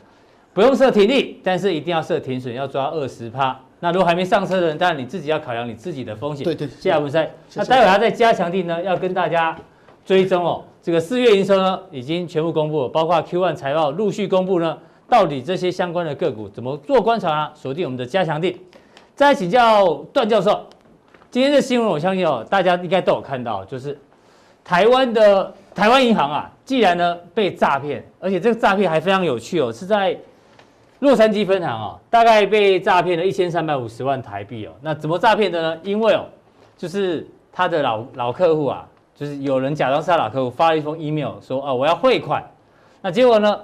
不用设停利，但是一定要设停损，要抓二十趴。那如果还没上车的人，当然你自己要考量你自己的风险。对对谢谢阿文山。谢谢那待会他在加强地呢，要跟大家追踪哦，这个四月营收呢已经全部公布了，包括 Q1 财报陆续公布呢，到底这些相关的个股怎么做观察啊？锁定我们的加强地。再请教段教授，今天的新闻我相信哦，大家应该都有看到，就是台湾的台湾银行啊，既然呢被诈骗，而且这个诈骗还非常有趣哦，是在洛杉矶分行哦，大概被诈骗了一千三百五十万台币哦。那怎么诈骗的呢？因为哦，就是他的老老客户啊，就是有人假装是他老客户，发了一封 email 说啊我要汇款，那结果呢，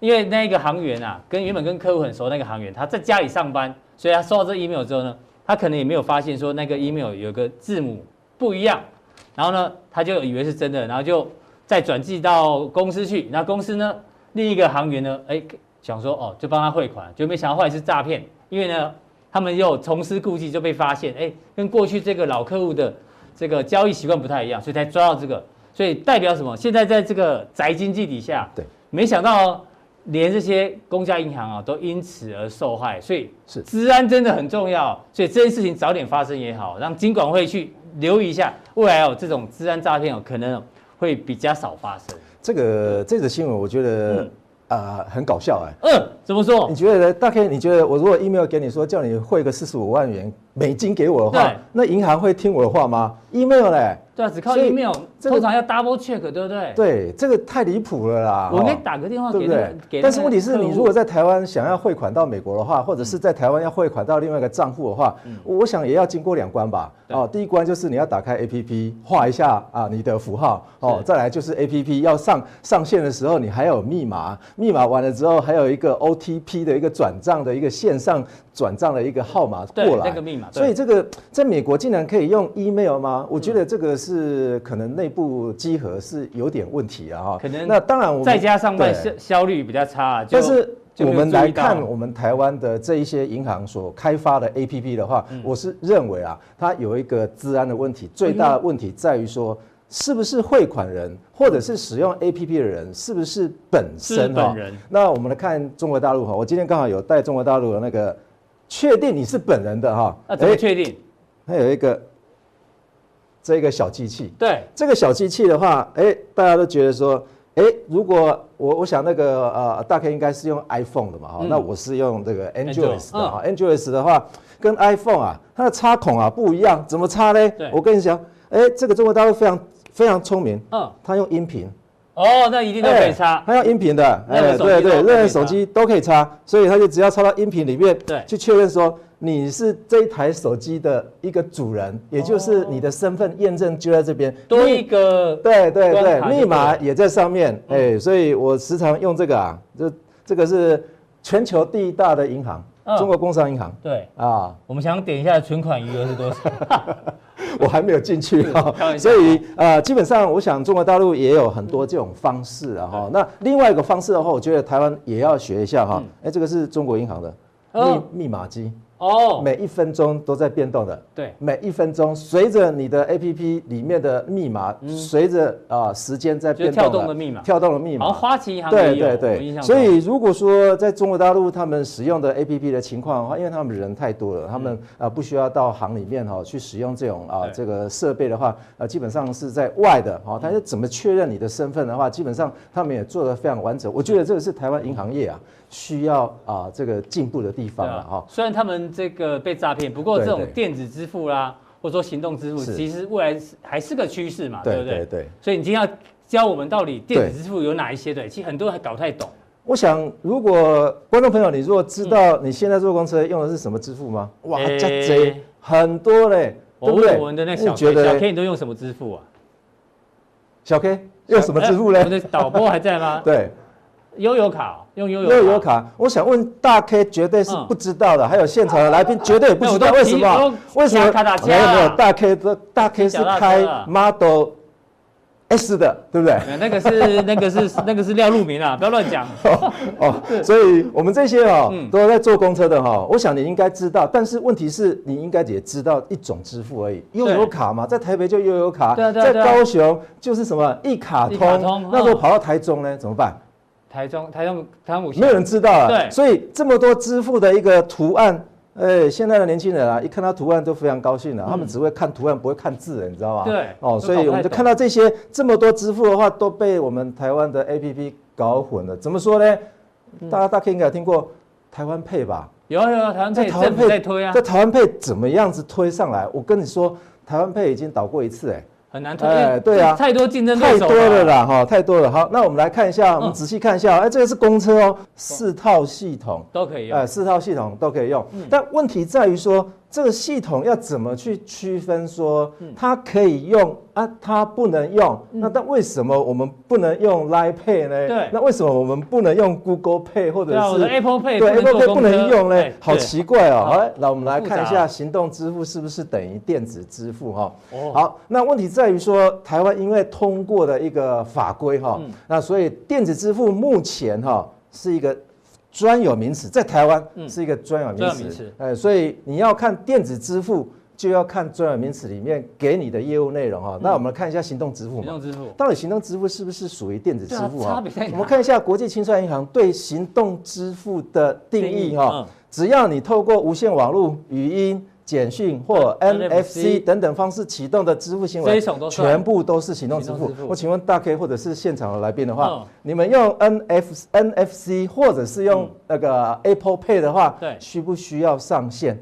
因为那个行员啊，跟原本跟客户很熟那个行员，他在家里上班，所以他收到这 email 之后呢，他可能也没有发现说那个 email 有个字母不一样，然后呢，他就以为是真的，然后就再转寄到公司去，那公司呢，另一个行员呢，哎，想说哦，就帮他汇款，就没想到后来是诈骗，因为呢，他们又重施故技就被发现，哎，跟过去这个老客户的这个交易习惯不太一样，所以才抓到这个，所以代表什么？现在在这个宅经济底下，对，没想到哦连这些公家银行啊都因此而受害，所以是治安真的很重要，所以这件事情早点发生也好，让金管会去留意一下，未来哦这种治安诈骗哦可能哦会比较少发生。这个这则新闻我觉得啊、很搞笑哎、嗯，怎么说你？觉得呢大 K？你觉得我如果 email 给你说叫你汇个四十五万元美金给我的话对，那银行会听我的话吗？email 嘞，对啊，只靠所以 email 这个通常要 double check，对不对？，对，这个太离谱了啦！我应该哦打个电话对给不那对个给。那个客户。嗯但是问题是你如果在台湾想要汇款到美国的话，或者是在台湾要汇款到另外一个账户的话，我想也要经过两关吧。对哦，第一关就是你要打开 APP，画一下啊你的符号哦是，再来就是 APP 要上上线的时候，你还有密码，密码完了之后还有一个 OTP 的一个转账的一个线上转账的一个号码对过来，那个密码对嗯所以这个在美国竟然可以用 email 吗？我觉得这个是可能内部稽核是有点问题啊哈。可能那当然我们在家上班对效效率比较差啊，就但是就我没有们注意来到看我们台湾的这一些银行所开发的 APP 的话，嗯我是认为啊，它有一个治安的问题，最嗯大的问题在于说。是不是汇款人，或者是使用 A P P 的人，是不是本身嗯是哈本人？那我们来看中国大陆哈，我今天刚好有带中国大陆的那个，确定你是本人的哈。啊那怎么诶确定？它有一个这个小机器，对，这个小机器的话，哎、大家都觉得说，哎、如果我我想那个呃，大概应该是用 iPhone 的嘛，哈、嗯那我是用这个 Android，嗯 Android 的哈、Android 的话跟 iPhone 啊，它的插孔啊不一样，怎么插呢对？我跟你讲，哎、这个中国大陆非常。非常聪明，嗯，他用音频，哦，那一定都可以哎插，他用音频的，任何手机对对，都可以任何插手机都可以插，所以他就只要插到音频里面，对去确认说你是这一台手机的一个主人，也就是你的身份验证就在这边，多密一个对对关卡就嗯对对，了密码也在上面，哎、所以我时常用这个啊，这这个是全球第一大的银行，嗯中国工商银行对。 [laughs] 啊，我们想点一下存款余额是多 [laughs] 少？我还没有进去啊嗯开玩，笑所以呃，基本上我想中国大陆也有很多这种方式啊嗯哈。那另外一个方式的话，我觉得台湾也要学一下哈。哎，这个是中国银行的哦密密码机，哦，每一分钟都在变动的。对，每一分钟，随着你的 A P P 里面的密码，随着啊时间在变动嗯就跳动的密码跳动的密好码像，花旗银行也对有，对我印对，象所中以如果说在中国大陆他们使用的 A P P 的情况的话，因为他们人太多了，他们呃不需要到行里面哦哈去使用这种啊嗯对嗯这个设备的话，呃基本上是在外的哈，但是怎么确认你的身份的话，基本上他们也做得非常完整。我觉得这个是台湾银行业啊需要啊这个进步的地方哦对了啊哈。，虽然他们这个被诈骗，不过这对种对电子支付啦，或者说行动支付，是其实未来是还是个趋势嘛，啊对不对对对？对。所以你今天要教我们到底电子支付有哪一些？对，其实很多人还搞不太懂。我想，如果观众朋友，你如果知道嗯你现在坐公车用的是什么支付吗？哇，诶加贼很多嘞，我对不问对？我们的那你小觉 K，得小嘞 K 你都用什么支付啊？小 K 用什么支付哎嘞 [laughs] 我？们的导播还在吗？ [laughs] 对，悠游卡哦，用悠游悠游。卡，我想问大 K 绝对是不知道的，还有现场的来宾绝对也不知道没有嗯哎我为都什提么？啊我都为什么卡打架？没有没有，大 K 的大 K 是脚踏车开啊 Model S 的，对不 [laughs] 对？没有那个是那个是 [laughs] 那个是廖路明啊，不要乱讲。哦，所以我们这些哦嗯，都在坐公车的哈、哦我想你应该知道，但是问题是你应该也知道一种支付而已，悠游卡嘛，在台北就悠游卡，对啊对啊在对啊高雄就是什么一卡通，一卡通那如果嗯跑到台中呢，怎么办？台中台中台中五线没有人知道啊。对所以这么多支付的一个图案。哎，现在的年轻人啊，一看到图案都非常高兴了、他们只会看图案，不会看字，你知道吗？嗯对哦，都所搞不以我太们就懂看到这些这么多支付的话，都被我们台湾的 APP 搞混了。怎么说呢？嗯大家大家应该有听过台湾配吧？有啊有有台湾配政府在推啊在，台湾配怎么样子推上来？我跟你说，台湾配已经倒过一次、哎。很难推。哎因为对啊太多竞争对太手嗯多了。啦，哈，太多了。好，那我们来看一下，我们仔细看一下，哎，这个是公车哦，四套系统，都可以用嗯呃，四套系统都可以用。但问题在于说，这个系统要怎么去区分说嗯它可以用啊，它不能用？那但为什么我们不能用 Line Pay 呢？对那为什么我们不能用 Google Pay 或者对啊，我的是 Apple Pay 对 Apple 做 Pay 不公车哎能用嘞对？好对奇怪哦。好好，来，我们来复杂看一下行动支付是不是等于电子支付哈？哦好，那问题在于说，台湾因为通过的一个法规哈，嗯那所以电子支付目前哈是一个专有名词，在台湾是一个专有嗯名专有词。名词呃，所以你要看电子支付，就要看专有名词里面给你的业务内容哈。那我们看一下行动支付嗯行嘛动。支付。到底行动支付是不是属于电子支付对啊差哈别在哪我们看一下国际清算银行对行动支付的定义定义嗯哈。只要你透过无线网络、语音、简讯或嗯 NFC 等等方式启动的支付行这一为种都，算全部都是行动支行付动支。付我请问大 K 或者是现场的来宾嗯的话，你们用 NF NFC 或者是用那个 Apple Pay 的话嗯对，需不需要上线？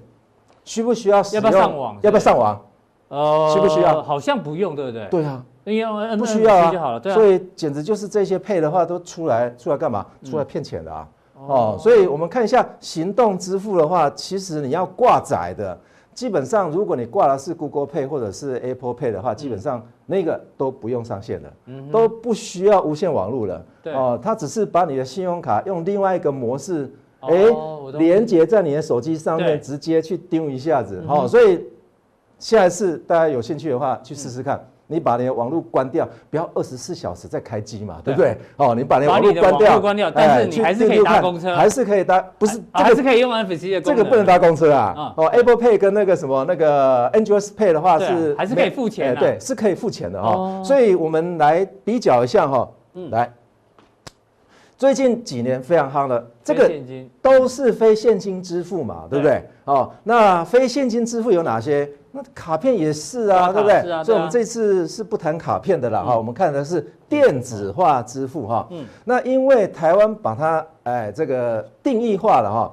需不需要使要不要用上网要不要上网？呃需不需要好像不用，对不对？，对啊，因为不需要啊，就好了。对啊，所以简直就是这些配的话都出来出来干嘛？嗯出来骗钱的啊！哦，所以我们看一下行动支付的话，其实你要挂载的，基本上如果你挂的是 Google Pay 或者是 Apple Pay 的话，基嗯本上那个都不用上线的，都不需要无线网络了。对哦，它只是把你的信用卡用另外一个模式，哦哎我，懂连接在你的手机上对嗯面，直接去丢一下子。哦，所以下一次大家有兴趣的话，去试试看。嗯你把你的网络关掉，不要二十四小时在开机嘛，对不对？哦，你把你的把网你络的关网掉，络关掉但是哎你去还是可以进入搭看公车还是可以搭，不是啊还这是个可以用 NFC 的功这能。个不能搭公车啊啊。哦，Apple Pay 跟那个什么那个 Android Pay 的话对啊是还是可以付钱啊哎对，是可以付钱的哦嗯哈。所以我们来比较一下哈，来，最近几年非常夯的这没个现金都是非现金支付嘛，对不对？哦，那非现金支付有哪些？那卡片也是啊，对啊对不对是啊对啊？嗯所以我们这次是不谈卡片的啦，哦哈，我们看的是电子化支付哈。嗯，那因为台湾把它哎这个定义化了哈，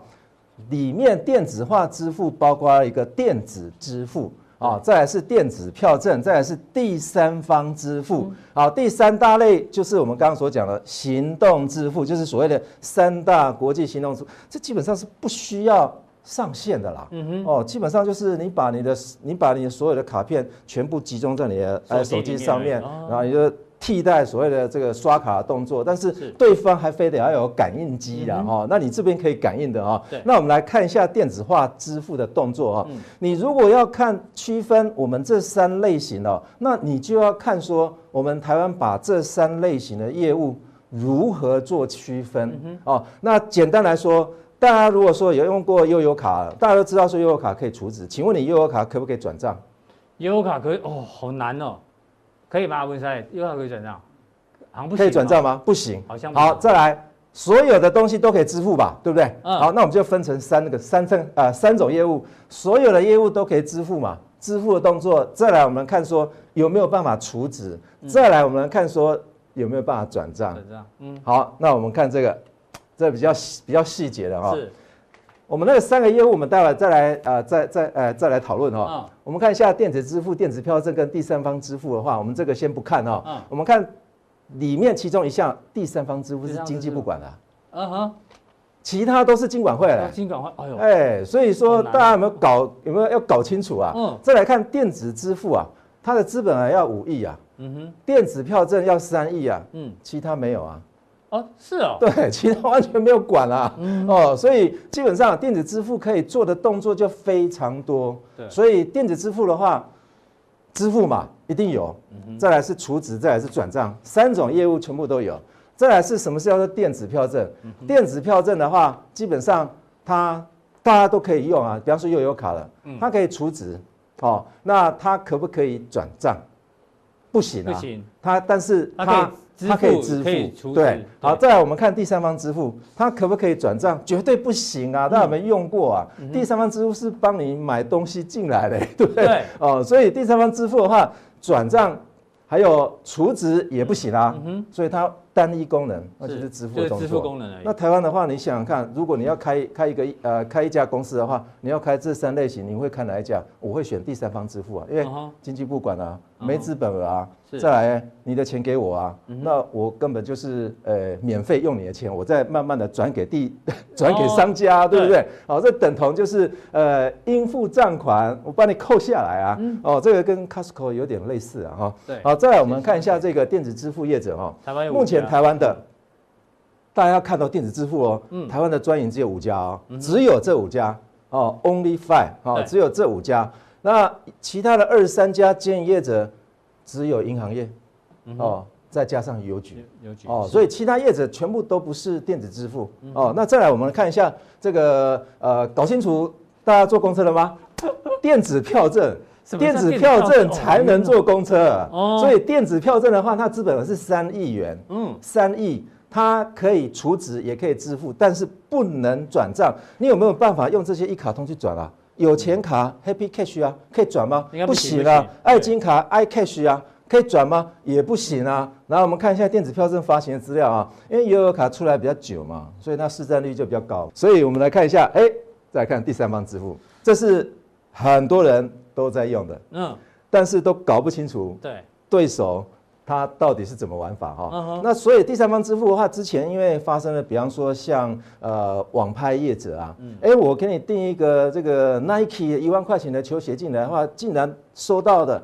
里面电子化支付包括一个电子支付，啊，再来是电子票证，再来是第三方支付。嗯好，第三大类就是我们刚刚所讲的行动支付，就是所谓的三大国际行动支付，这基本上是不需要上线的啦。嗯哼，哦，基本上就是你把你的你把你所有的卡片全部集中在你的呃手手机里面机上面，哦然后你就。替代所谓的这个刷卡的动作，但是是嗯对方还非得要有感应机啦哈、哦，那你这边可以感应的啊、对嗯那我们来看一下电子化支付的动作啊、你如果要看区分我们这三类型哦，那你就要看说我们台湾把这三类型的业务如何做区嗯分、哦。那简单来说。大家如果说有用过悠游卡，大家都知道说悠游卡可以储值，请问你悠游卡可不可以转账？优卡可以哦，好难哦，可以吗？文山，优卡可以转账，好像不行可以转哦账吗？不行。好像不行好，再来，所有的东西都可以支付吧，对不对？嗯好，那我们就分成三个三层呃三种业务，所有的业务都可以支付嘛。支付的动作，再来我们看说有没有办法储值，嗯再来我们看说有没有办法转账。转账，嗯，好，那我们看这个，这比较细比较细节的哈、是我们那三个业务，我们待会再来呃，再再呃再来讨论哈嗯。我们看一下电子支付、电子票证跟第三方支付的话，我们这个先不看嗯哈。我们看里面其中一项第三方支付是经济部管的啊，嗯哼，其他都是经管会的要。金管会，哎呦，哎，所以好说难啊大家有没有搞有没有要搞清楚啊？嗯再来看电子支付啊，它的资本额要五亿啊，嗯哼，电子票证要三亿啊，嗯，其他没有啊。哦，是哦，对，其他完全没有管啦、嗯哦，所以基本上电子支付可以做的动作就非常多。对所以电子支付的话，支付嘛一定有，嗯再来是储值，再来是转账，三种业务全部都有。再来是什么是叫做电子票证？嗯电子票证的话，基本上它大家都可以用啊，比方说悠游卡了，嗯它可以储值，哦，那它可不可以转账？不行啊，不行，它但是它可它以它可以支付支可以储值付，对对，好，再来我们看第三方支付，它可不可以转账？绝对不行啊！大家有没有用过啊？嗯第三方支付是帮你买东西进来的，对不对？对哦，所以第三方支付的话，转账还有储值也不行啊，所以它单一功能，那就是支付就嗯的是动支作付。功能而已那。台湾的话，你想想看，如果你要开开一个呃开一家公司的话，你要开这三类型，你会看哪一家？我会选第三方支付啊，因为嗯哼经济部管啊，嗯哼没资本额啊是，嗯再来你的钱给我啊，那我根本就是呃免费用你的钱，我再慢慢的转给第 [laughs] 转给商家啊，对不对对？哦，这等同就是呃应付账款，我帮你扣下来啊，哦，这个跟 Costco 有点类似啊哈。嗯对好，再来我们看一下这个电子支付业者哈，台湾有五目前家嗯台湾的。大家要看到电子支付哦，台湾的专营只有五家哦，只有这五家哦，Only Five 哦嗯对，只有这五家。那其他的二十三家经营业者，只有银行业哦，再加上邮局嗯邮邮局嗯哦，所以其他业者全部都不是电子支付哦。那再来我们看一下这个呃，搞清楚大家坐公车 [laughs] 了吗？电子票证什。么叫电子电子票票证证哦才原来能坐公车，哦所以电子票证的话，它资本额是三亿元。嗯，三亿，它可以储值，也可以支付，但是不能转账。你有没有办法用这些一卡通去转啊？有钱卡 Happy Cash 啊，可以转吗应该？不不行行啊不行。爱金卡 iCash 啊，可以转吗？也不行啊。然后我们看一下电子票证发行的资料啊，因为悠游卡出来比较久嘛，所以它市占率就比较高。所以我们来看一下，哎，再来看第三方支付，这是很多人都在用的，嗯，但是都搞不清楚对，对手他到底是怎么玩法哈、嗯哼那所以第三方支付的话，之前因为发生了，比方说像呃网拍业者啊，嗯哎、我给你订一个这个 Nike 一万块钱的球鞋进来的话，竟然收到的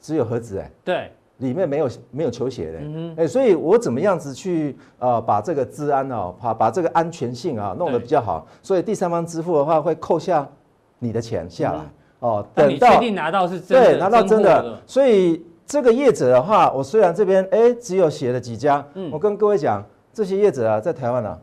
只有盒子哎、对，里面没有没有球鞋的，哎、嗯所以我怎么样子去呃把这个治安哦，把把这个安全性啊弄得对比较好，所以第三方支付的话会扣下你的钱下来、哦，但等嗯你确到定拿到是真的，对，拿到真货的。所以这个业者的话，我虽然这边哎只有写了几家，嗯我跟各位讲，这些业者啊，在台湾啊，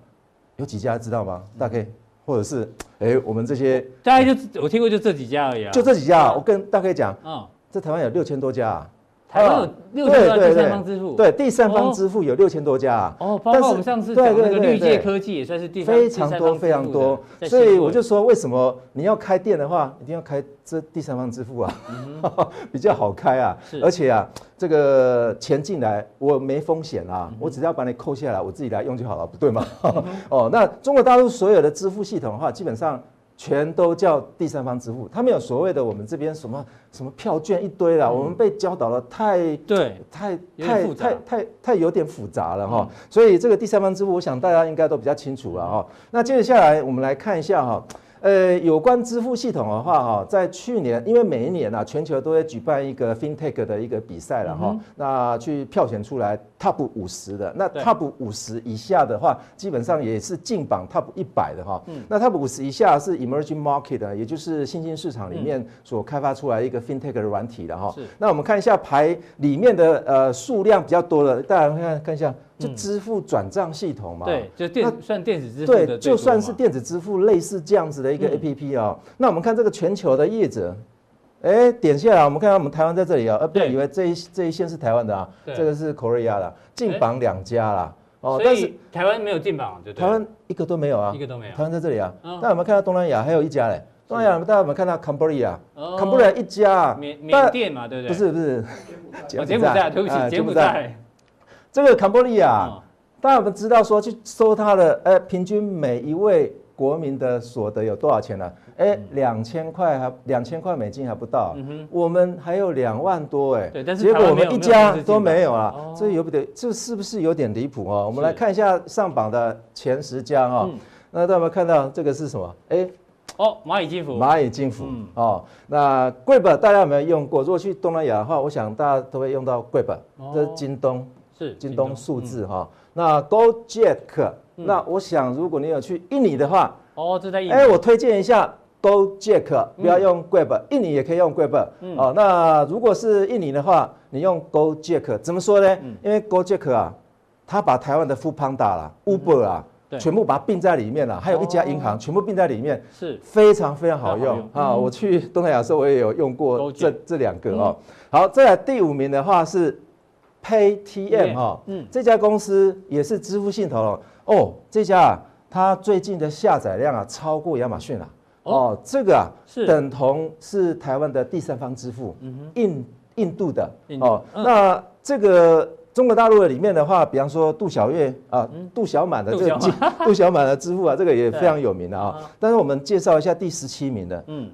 有几家知道吗？嗯大概或者是哎，我们这些大概就我听过就这几家而已啊。就这几家啊，我跟大概讲，嗯，在台湾有六千多家啊。台湾有啊六千多家对第对三方支付对，第三哦方支付有六千多家啊。哦，包但括是我们上次对讲那对个对绿界对科技也算是第三非常多非常多，所以我就说，为什么你要开店的话，一定要开这第三方支付啊， [laughs] 比较好开啊是，而且啊，这个钱进来我没风险啊，我只要把你 [laughs] 扣下来，我自己来用就好了，不对吗？哦，那中国大陆所有的支付系统的话，基本上全都叫第三方支付，它没有所谓的我们这边什么什么票券一堆啦，我们被教导的太对，太有点太复杂太太太有点复杂了哈、所以这个第三方支付，我想大家应该都比较清楚了哈、那接着下来，我们来看一下哈、呃，有关支付系统的话，哈，在去年，因为每一年啊，全球都会举办一个 FinTech 的一个比赛了哈、嗯那去票选出来 Top 五十的，那对 Top 五十以下的话，基本上也是进榜 Top 一百的哈、嗯那 Top 五十以下是 Emerging Market，啊也就是新兴市场里面所开发出来一个 FinTech 的软体了哈、嗯是那我们看一下排里面的呃数量比较多的，大家看看一下，就支付转账系统嘛。嗯对，就电算电子支付的对，最多就算嘛嗯是电子支付类似这样子的一个 APP 哦，那我们看这个全球的业者，哎，点下来，我们看到我们台湾在这里哦，呃，不要对以为这一这一线是台湾的啊，对这个是 Korea 的，进榜两家啦，哦，所但是以台湾没有进榜，对不对？台湾一个都没有啊一，个都没有台。湾在这里啊嗯，但我们看到东南亚还有一家嘞，东南亚大家有没有看到 Cambodia？Cambodia 哦一家啊，缅缅但甸嘛，对不不对？是不是，哦柬埔寨，对不哎起，柬埔寨。这个坎 a 利亚哦，大家有没有知道说去收它的，呃，平均每一位国民的所得有多少钱呢、哎，两千块还两千块美金还不到，我们还有两万多哎，嗯对但是结果台湾我没有们一家都没有没有啊公司进榜，这有不得，这是不是有点离谱哦？我们是嗯来看一下上榜的前十家哈、哦，那大家有没有看到这个是什么？哎，哦，蚂蚁金服。嗯蚂蚁金服、哦，那 Grab 大家有没有用过？如果去东南亚的话，我想大家都会用到 Grab，、这是哦京东。是京东数嗯字哈、那 GoJack，、那我想如果你有去印尼的话，哦，这在嗯印尼。嗯哎、我推荐一下 GoJack，不要用 Grab，、印尼也可以用 Grab、哦，那如果是印尼的话，你用 GoJack 怎么说呢？嗯因为 GoJack 啊，它把台湾的 f o o p a n d a 啦、Uber 啊嗯对，哦全部把它并在里面了，还有一家银行、全部并在里面。是非常非常好非常用好啊！我去东南亚的时候，我也有用勾过结这这两个哦。好，再来第五名的话是 PayTM 哈，嗯这家公司也是支付系统哦。哦，这家啊，它最近的下载量啊超过亚马逊了。哦，这个啊是嗯等同是台湾的第三方支付，印印度的印度哦。嗯那这个中国大陆的里面的话，比方说杜小月啊，杜小满的嗯杜这个小金 [laughs] 杜小满的支付啊，这个也非常有名的对啊。但是我们介绍一下第十七名的嗯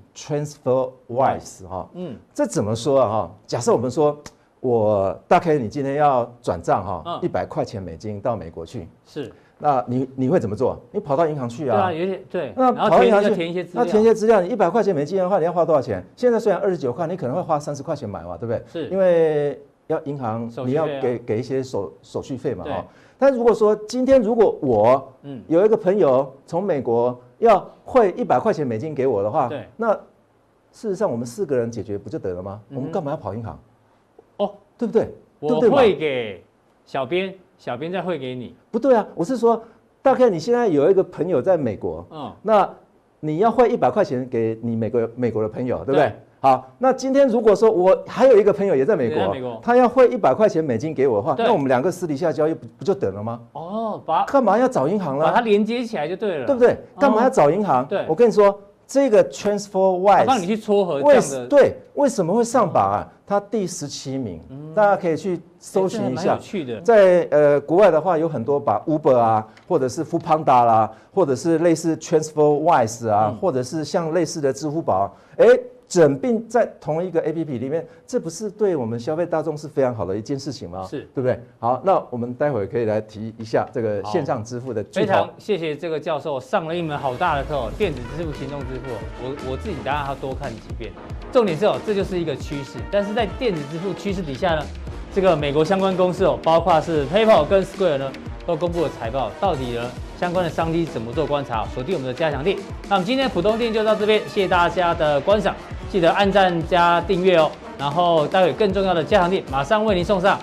TransferWise 哈，嗯，这怎么说啊哈？假设我们说，我大 K 你今天要转账哈，一嗯百块钱美金到美国去，是。那你你会怎么做？你跑到银行去对啊，有点对。那然后跑填银行要去填一些资料。那填一些资料，你一百块钱美金的话，你要花多少钱？现在虽然二十九块，你可能会花三十块钱买嘛，对不对？是因为要银行手续你要费啊给给一些手手续费嘛，对哈。但如果说今天如果我嗯有一个朋友从美国要汇一百块钱美金给我的话对，那事实上我们四个人解决不就得了吗？我们干嘛要跑银行？嗯哦，对不对？对我不对嘛会给小编，小编再汇给你。不对啊，我是说，大概你现在有一个朋友在美国，嗯，那你要汇一百块钱给你美国美国的朋友，对不对？对好，那今天如果说我还有一个朋友也在也美在国，美国他要汇一百块钱美金给我的话，对那我们两个私底下交易不不就得了吗？哦，把干嘛要找银行把它呢？连接起来就对了，对不？对？干嘛要找银行？啊对我跟你说，这个 Transfer 我帮你 Wise 去撮合这为样什的。对为什么会上榜啊？它第十七名，大家可以去搜嗯哎寻这还一下蛮有。趣的。在呃国外的话，有很多把 Uber 啊，或者是 Foodpanda 啦，或者是类似 TransferWise 啊，嗯或者是像类似的支付宝啊，哎、整并在同一个 A P P 里面，这不是对我们消费大众是非常好的一件事情吗？是对不对？好，那我们待会可以来提一下这个好线上支付的巨非头常。谢谢这个教授上了一门好大的课哦，电子支付、行动支付哦，我我自己当然要多看几遍。重点是哦，这就是一个趋势，但是在电子支付趋势底下呢，这个美国相关公司哦，包括是 PayPal 跟 Square 呢，都公布了财报，到底呢相关的商机怎么做观察哦？锁定我们的加强店。那我们今天的浦东店就到这边，谢谢大家的观赏，记得按赞加订阅哦。然后待会更重要的加强店马上为您送上。